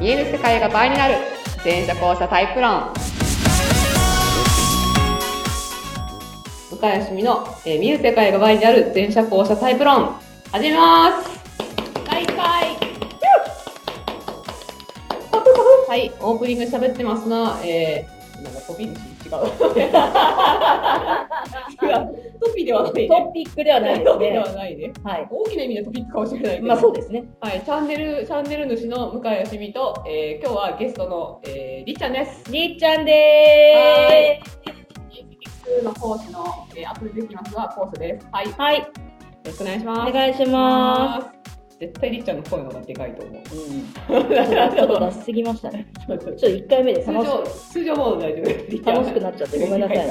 見える世界が倍になる全社交社タイプ論向井よしみの、えー見える世界が倍になる全社交社タイプ論始めます第1回はい、オープニングで喋ってますが、えー、なんか飛び道違 う。いや、トピではないね。トピックではないですトピでねは。ないね。はい。大きな意味でトピックかもしれないけど。まあそうですね。はい、チャンネル、チャンネル主の向井よしみと、えー、今日はゲストの、えー、りっちゃんです。りっちゃんでーす。の講師の、えー、アプリできますは講師です。はい、よはい。ろしくお願いします。。お願いします絶対りっちゃんの声の方がでかいと思う。す。うん。ちょっと出しすぎましたね。ちょっと一回目で通楽し常、通常モード大丈夫です。りっちゃん楽しくなっちゃってごめんなさいな。は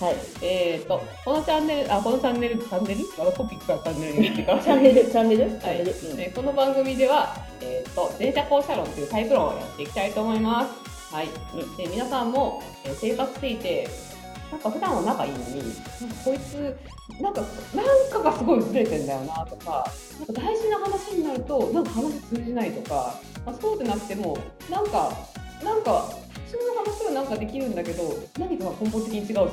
はいい。 えーと、このチャンネル、あ、このチャンネル、チャンネルあのトピックはチャンネルにってかチャンネル、チャンネル、チはャいンネル。えーこの番組では、えー、と電車放射論というタイプ論をやっていきたいと思います。はい、うんで皆さんも、えー生活についてなんか普段は仲いいのになんかこいつなんかなんかがすごいずれてんだよなとかなんか大事な話になるとなんか話通じないとか、まあ、そうでなくてもなんかなんか普通の話はなんかできるんだけど何かが根本的に違うぞと。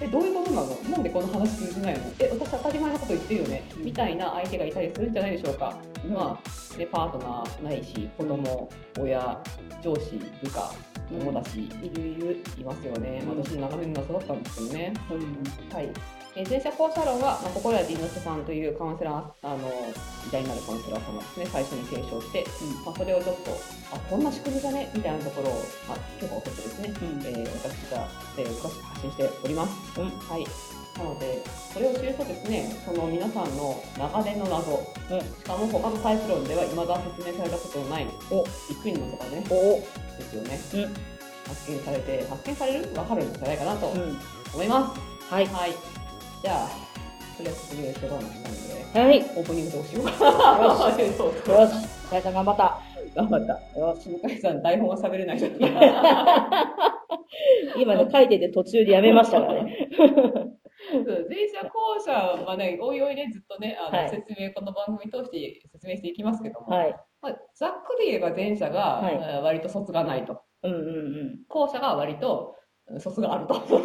えどういうことなのなんでこの話通じないのえ私当たり前のこと言ってるよねみたいな相手がいたりするんじゃないでしょうか、うんまあ、ね、パートナーないし子供親上司部下友達いるいるいますよね、まあうん私の長年の謎だったんですけどねうんはいえー前者講者論は、まあ、心谷仁之助さんというカウンセラーあの偉大なるカウンセラー様ですね最初に提唱して、まあ、それをちょっとあこんな仕組みじゃねみたいなところを、まあ、許可を取ってですねうんえー私が、えー詳しく発信しております。うんはい、なので、それを知るとですね、その皆さんの長年の謎、うんしかも他のタイプ論では未だ説明されたことのない、おびっくりのとかね、おですよね、うん発見されて、発見される分かるんじゃないかなとうん思います。はいはい、じゃあ、とりあえず卒業して話したので、はいよしオープニングどうしようか。よ し、そうそうさやさん頑張った頑張った。よし向井さん、台本は喋れない 人今ね書いてて途中でやめましたからね そう前者後者はね、おいおいね、ずっとね、あの、はい説明、この番組通して説明していきますけども、はいまあ、ざっくり言えば前者が、はいえー割と卒がないと、うんうんうん後者が割とうん卒があ ると。卒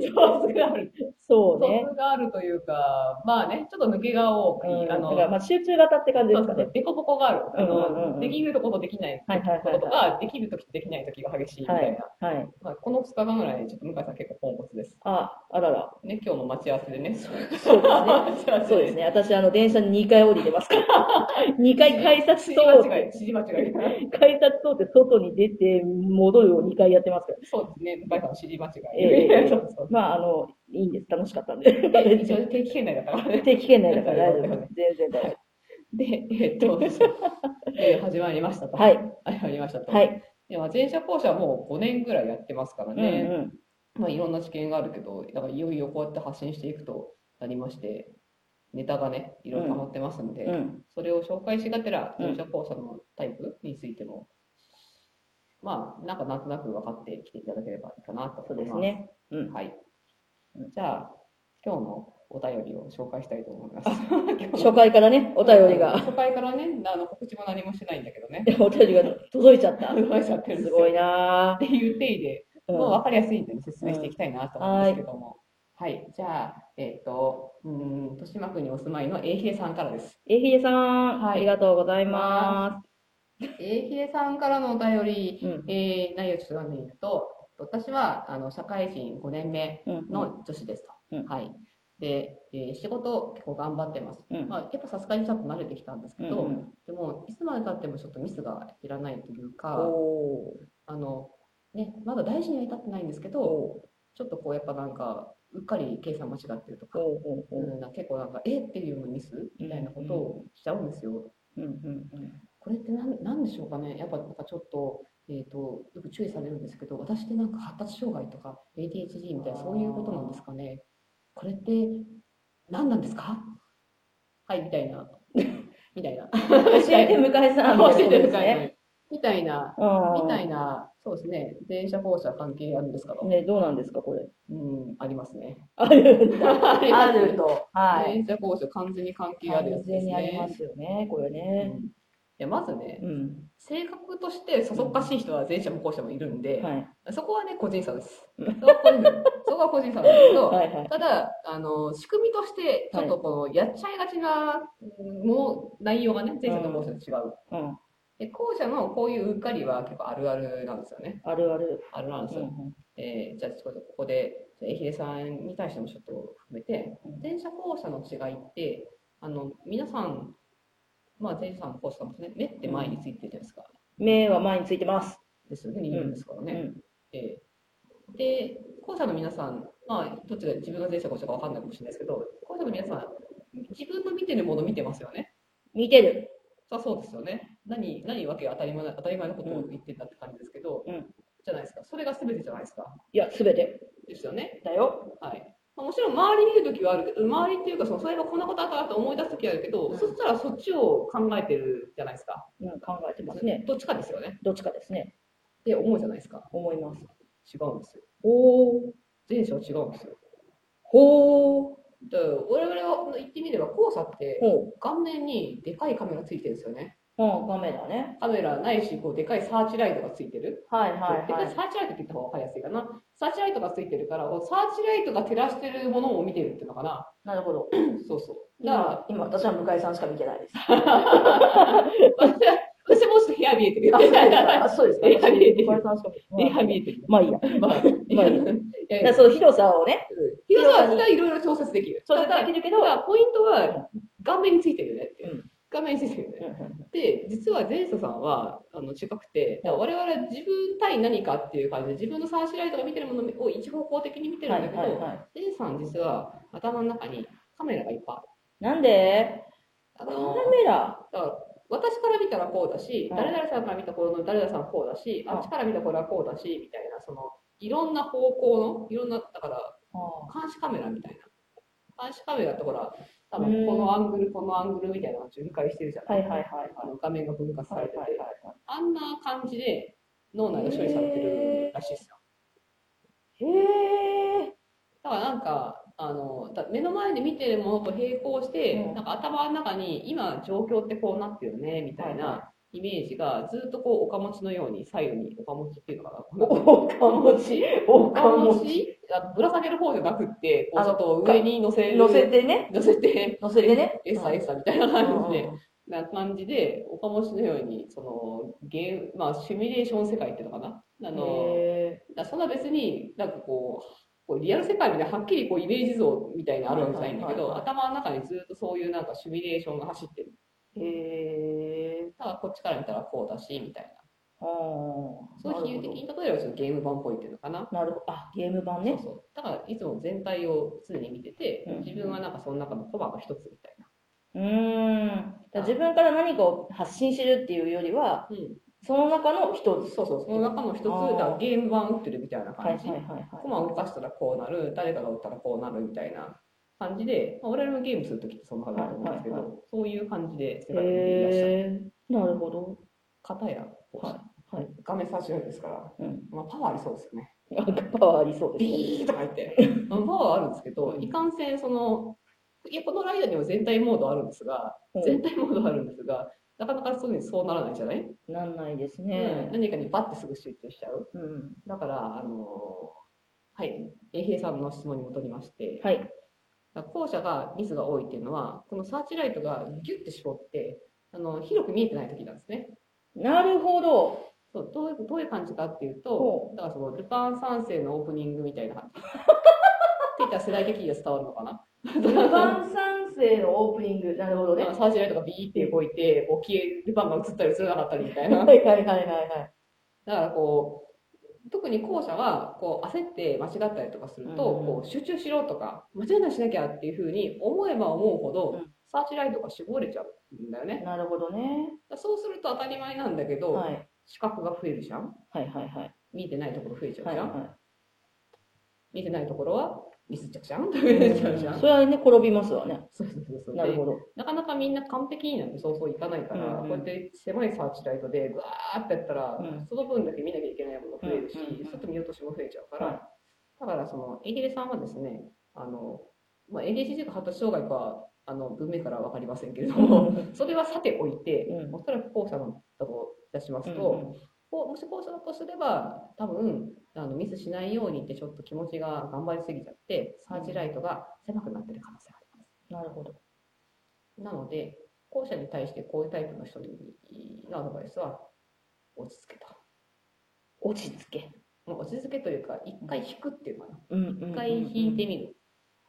そうがある。そうね卒があるというか、まあね、ちょっと抜けが多く、うんあだの、からまあ集中型って感じでそうすそかうねでこぼこがある。あの、うんうんうんうんできるとことできないはいはいはこいとはが、できるときとできないときが激しいみたいな。いはいまあ、この2日間ぐらい、ちょっと向井さん結構ポンコツです。ああららね、今日の待ち合わせでね。 そうですそうですね待 ち合わせそうでですね。私、あの、電車に2回降りてますから。2回 改札通知りっ間違い、て、知り間違い。改札通って外に出て戻るを2回やってますから。そうですね、向井さんの知り間違い。ええそうそう。まあ、あの、いいんです。楽しかった んで。一応定期圏内だからね。定期圏内だから大丈夫です。全然大丈で、えっと、えー始まりましたと。夫。は。い。始まりましたと。は。い。でまあ前者後者はもう5年ぐらいやってますからうんうね。ん。まあいろんな知見があるけど、だからいよいよこうやって発信していくとなりまして、ネタがね、いろいろ溜まってますんで、うん。それを紹介しがてら、うん前者後者のタイプについても、まあ、なんかなんとなく分かってきていただければいいかなとそう思いでますす。ね。うん。はいうん。じゃあ、今日のお便りを紹介したいと思います。 初回からね、お便りが、初回からね、あの告知も何もしてないんだけど ね。お便りが届いち ゃった。届いちゃってるんですすよごいなっていう定義で、ぁ。もうう分かりやすいんでね説明していきたいなと思うんですけども。はい。じゃあ、えっ、と、うーん、豊島区にお住まいの永平さんからです。ん。えひえさん、はいありがとうございま永平さんからのお便りす。、うん。えー、内容をちょっと読んでみると、私はあの社会人5年目うん。の女子ですと。うんはい。で、えー仕事結構頑張ってます。うん。まあ、やっぱさすがにちょっと慣れてきたんですけうんど、でもいつまでたってもちょっとミスが減らないというかおあの、ね、まだ大事には至ってないんですけー。どおちょっとこうやっぱなんかうっかり計算間違ってるとー。か、おー。うん、なんか結構なんかえっていうようなミスみたいなことをしちゃうんですよ。うんうんうん。これってなんなんでしょうかねやっぱなんかちょっと,、えー、とよく注意されるんですけど私ってなんか発達障害とか ADHD みたいなそういうことなんですかねこれって何なんですかはいみたいな みたいな。教えて向井さん。教えてるみたいなことですね。みたいな、うんみたいな、そうですね、電車放射関係あるんですかど、ね、どうなんですか、これ。うん、ありますね。ある。あある。と。は電車放射完全に関係あるや完つで全すにありまね。すよね、これうね。んやまずねうん。性格としてそそっかしい人は前者も後者もいるんで、はい。そこはね個人差ですうそんこは個人差そこは個人差なんだけど、はいはい。ただあの仕組みとしてちょっとこのやっちゃいがちなうんもう内容がね前者と後者と違う、うん。で後者のこういううっかりは結構あるあるなんですよねあるある。あるなんですうよ、んえーじゃあちょっとここでじゃあえひでさんに対してもちょっと含めてうん前者後者の違いってあの皆さんまあ前者も後者もね目って前についてるじゃないですか、目は前についてます。ですよね人間ですからうね、ん。えーで後者の皆さんまあどっちが自分が前者後者か分かんないかもしれないですけど後者の皆さん自分の見てるもの見てますよね見てる。そりゃそうですよね何何わけが当たり前な当たり前のことを言ってたって感じですけど、うんじゃないですかそれが全てじゃないですかいや、すべてですよねだよ。はい。まあもちろん周り見るときはあるけど、周りっていうかその、そういえばこんなことあったなと思い出すときあるけど、うんそしたらそっちを考えてるじゃないですか。うん、考えてますね。どっちかですよね。どっちかですね。って思うじゃないですか。思います。違うんですよ。ほう。前者は違うんですよ。ほう。だから我々は言ってみれば、後者ってほう。顔面にでかいカメラついてるんですよね。うん、カメラね。カメラないし、こうでかいサーチライトがついてる。はいではかいいサーチライトって言った方が分かりやすいかな。サーチライトがついてるから、こうサーチライトが照らしてるものを見てるっていうのかな。なるほど。そうそう。だから今、今、私は向井さんしか見てないです。私は私もうちょっと部屋見えてる。あ、そ うですか。リハビリ向井さんしか見リてなハい。ビリ的まあいいや。な。 まあ、まあいいや。広だからその広さをね、さはいろいろ調節できる。調節できるけど、ただポイントは顔面についてるよねっていううん顔面についてるよね。うんで、実は前者さんはあの近くて、だから我々は自分対何かっていう感じで、自分のサーシライトが見てるものを一方向的に見てるはんだいけど、は前いはい。者さん実は頭の中にカメラがいっぱいなんである。カあのメラ。だから私から見たらこうだし、うん誰々さんから見たこの誰々さんはこうだし、うんあっちから見たこれはこうだしみたいなそのいろんな方向のいろんなだから監視カメラみたいな監視カメラってほら多う分んこのアングルこのアングルみたいなのを巡回してるじゃん、はいはいはいはい。あの画面が分割さはいれはいてて、はいあんな感じで脳内が処理されてるらしいですよへえ。だからなんかあのだ目の前で見てるものと並行して、うんなんか頭の中に今状況ってこうなってるよねみたいはいなイメージがずっとこう岡持ちのように左右に岡持ちっていうのかなおかもち。おか岡も持ち。ちあぶら下げる方じゃなくってこうあちのょっと上に乗せる乗せてね。乗せて乗せてね。餌う餌みたいなん感じで、な感じで岡持ちのようにそのゲーまあシミュレーション世界っていうのかなあのへだからそんな別になんかこうこうリアル世界みたいなはっきりこうイメージ像みたいなのあるわけじゃないんだけど、はいはい頭の中にずっとそういうなんかシミュレーションが走ってるえ。へえ。だからこっちから見たらこうだしみたいなああ。そういう比喩的に例えばちょっとゲーム版っぽいっていうのかな、なるほど。あ、ゲーム版そうね。そうだからいつも全体を常に見てて、うん自分はなんかその中のコマの一つみたいうーん。だから自分から何かを発信するっていうよりは、な、その中の一つ。そうそうその中の一つだからゲーム版打ってるみたいなはい感はじ、いはいはい。コマを動かしたらこうなる誰かが打ったらこうなるみたいな感じで、まあ、我々もゲームするときってそんな感じだと思うんですけど、はいはそういう感じで世界を見ていらっしゃるへえ。なるほど。片やこうしはいはい画面差し上ですから、うん。 まあ、パワーありそうですよねパワーありそうですね。ビーとか言ってまあパワーはあるんですけどいかんせんそのいやこのライダーにも全体モードあるんですが全体モードあるんですがなかなかそういうふうにそうならないじゃない、うんなんないですうんね。何かにバッてすぐ集中しちゃううん。だからあのーはい永平さんの質問に戻りまして、はい。だから後者がミスが多いっていうのはこのサーチライトがギュッて絞ってあの広く見えてない時なんですねなるほど。そうどういうどういう感じかっていうとほ、だからそのルパン三世のオープニングみたい な感じ。って言ったら世代的には伝わるのかな。ルパン三世のオープニング。なるほ どね。サーチライトがビーって動いて、こう消えルパンが映ったり映らなかったりみたいな。だかはいはいはいはいはい。らこう、特に後者はこう焦って間違ったりとかすると、うんこう集中しろとか、間違いないしなきゃっていうふうに思えば思うほど、うんサーチライトが絞れちゃうんだよね。だかなるほどね。らそうすると当たり前なんだけど、はい。視覚が増えるじゃんはいはいはい。見えてないところ増えちゃうじゃはいん、は見てないところはミスっちゃうじゃんい。増えちゃうじゃんそれはね、転びますわね。そうそうそうそうなるほど。でなかなかみんな完璧になんてそうそういかないから、うんうんこうやって狭いサーチライトでぐわーってやったら、うんその分だけ見なきゃいけないもの増えるし、うんうんうんちょっと見落としも増えちゃうから、はいだからそのエイデレさんはですねあの、まあ、ADHD か発達障害かああの文面からは分かりませんけれどうんも、それはさておいて、うんおそらく後者のだと出しますと、こうもし後者だとすれば多分あのミスしないようにってちょっと気持ちが頑張りすぎちゃってサーチライトが狭くなってる可能性があります。なるほど。なので後者に対してこういうタイプの人にのアドバイスは落ち着けと。落ち着け。まあ、落ち着けというか一回引くっていうかなうん一回引いてみる、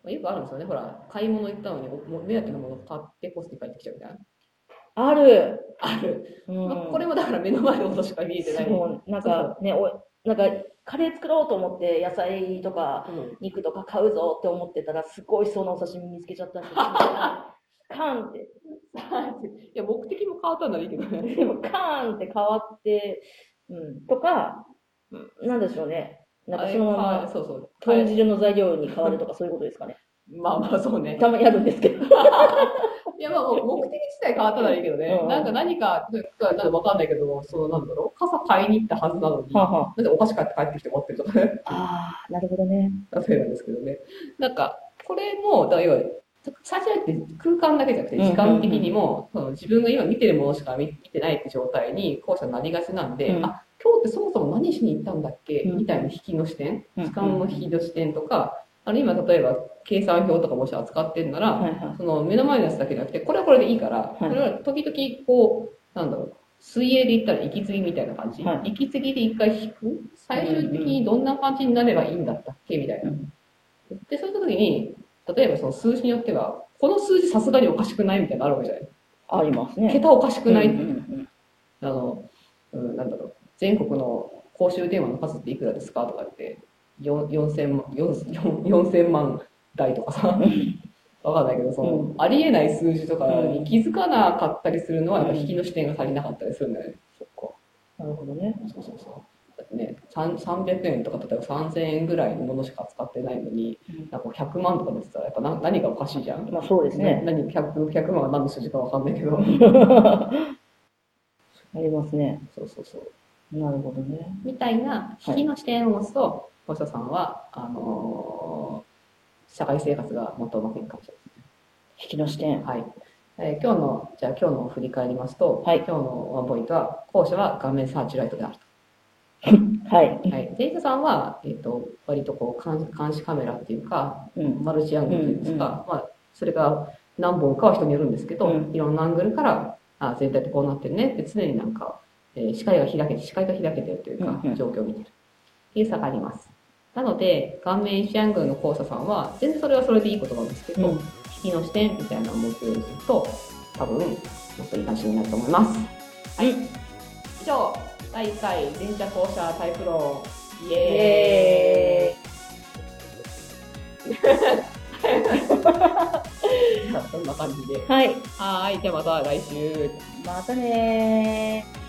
まあ、よくあるんですよねほら買い物行ったのにおも目当てのもの買ってポストに帰ってきちゃうみたいなある。ある、うんまあ、これもだから目の前のことしか見えてないそう、なんかね、おなんかカレー作ろうと思って野菜とかうん肉とか買うぞって思ってたら、すごい美味しそうなお刺身見つけちゃった んですよ。カーンって。いや目的も変わったんならいいけどねでもカーンって変わって、うん、とか、うんなんでしょうね。なんかそのまあまそうそう豚汁の材料に変わるとかそういうことですかね。まあまあそう ねたまにあるんですけど。いやまあもう目的自体変わったならいいけどね、うんなんか何かなんかわかんないけどそのなんだろう傘買いに行ったはずなのに、はあはなんでお菓子買って帰ってきて持ってるとかね ああ、なるほどね。例えなんですけどね。なんか、これも、だから要は、最初って空間だけじゃなくて、うんうんうん時間的にも、その自分が今見てるものしか見見てないって状態に、後者になりがちなんで、うんあ、今日ってそもそも何しに行ったんだっけ、うんみたいな引きの視点、うん時間の引きの視点とか、あの今例えば計算表とかもし扱ってんなら、はいはその目の前のやつだけじゃなくて、これはこれでいいから、いそれは時々こう、なんだろう、水泳で言ったら息継ぎみたいな感じ。は息継ぎで一回引く最終的にどんな感じになればいいんだったっけみたいな。うんで、そういう時に、例えばその数字によっては、この数字さすがにおかしくないみたいなのあるわけじゃない。ありますね。桁おかしくない。うんうんあの、うん、なんだろう。全国の公衆電話の数っていくらですかとかって、よん4000万、4000 4000万台とかさ。わかんないけど、その、うありえない数字とかうにん気づかなかったりするのは、やっぱ引きの視点が足りなかったりするんだよね。そっか。なるほどね。そうそうそう。だってね、3 300円とか、例えば3000円ぐらいのものしか使ってないのに、なんか100万とか出てたら、やっぱな何がおかしいじゃん。まあそうですね。何 100, 100万は何の数字かわかんないけど。 ありますね。そうそうそう。なるほどね。みたいな引きの視点を持つと、保者さんは、あの社会生活がもっとうまくいくかもしれ引きの視点。ない。はい。えー今日の、じゃあ今日のを振り返りますと、はい今日のワンポイントは、後者は顔面サーチライトであるはい。と。はい。デイトさんは、えっ、と、割とこう監、監視カメラっていうか、うん。マルチアングルというんですか、まあ、それが何本かは人によるんですけど、うんいろんなアングルから、あ全体ってこうなってるねって常になんか、えー視界が開けて、視界が開けてるというかうんう、ん状況を見てる。っていう差があります。なので、顔面一視アングルの交差さんは、全然それはそれでいいことなんですけど、うん引きの視点みたいなのを持つようにすると、多分、もっといい感じになると思います。はい。以上、第1回電車交差タイプ論、イイエーイエーイじゃあそんな感じで。はい。 はーい、じゃあまた来週。またねー。